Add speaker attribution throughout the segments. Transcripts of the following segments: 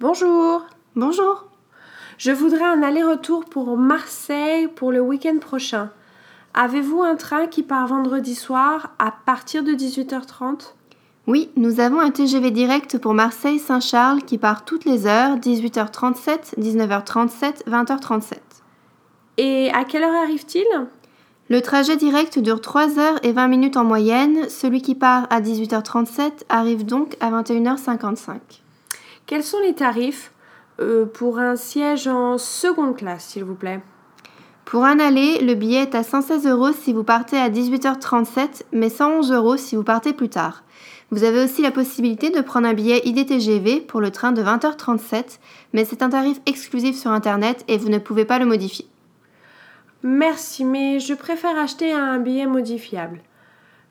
Speaker 1: Bonjour,
Speaker 2: Bonjour.
Speaker 1: je voudrais un aller-retour pour Marseille pour le week-end prochain. Avez-vous un train qui part vendredi soir à partir de 18h30
Speaker 2: Oui, nous avons un TGV direct pour Marseille-Saint-Charles qui part toutes les heures, 18h37, 19h37, 20h37.
Speaker 1: Et à quelle heure arrive-t-il
Speaker 2: Le trajet direct dure 3 heures et 20 minutes en moyenne. Celui qui part à 18h37 arrive donc à 21h55.
Speaker 1: Quels sont les tarifs euh, pour un siège en seconde classe, s'il vous plaît
Speaker 2: Pour un aller, le billet est à 116 euros si vous partez à 18h37, mais 111 euros si vous partez plus tard. Vous avez aussi la possibilité de prendre un billet IDTGV pour le train de 20h37, mais c'est un tarif exclusif sur Internet et vous ne pouvez pas le modifier.
Speaker 1: Merci, mais je préfère acheter un billet modifiable.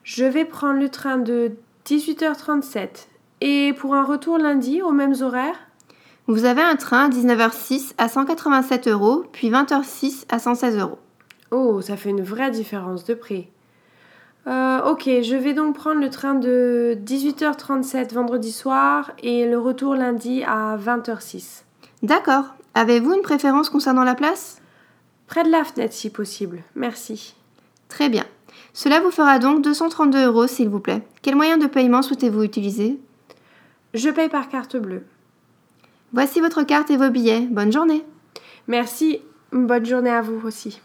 Speaker 1: Je vais prendre le train de 18h37 et pour un retour lundi aux mêmes horaires
Speaker 2: Vous avez un train 19h06 à 187 euros, puis 20h06 à 116 euros.
Speaker 1: Oh, ça fait une vraie différence de prix. Euh, ok, je vais donc prendre le train de 18h37 vendredi soir et le retour lundi à 20h06.
Speaker 2: D'accord. Avez-vous une préférence concernant la place
Speaker 1: Près de la fenêtre si possible. Merci.
Speaker 2: Très bien. Cela vous fera donc 232 euros, s'il vous plaît. Quel moyen de paiement souhaitez-vous utiliser
Speaker 1: Je paye par carte bleue.
Speaker 2: Voici votre carte et vos billets. Bonne journée
Speaker 1: Merci. Bonne journée à vous aussi.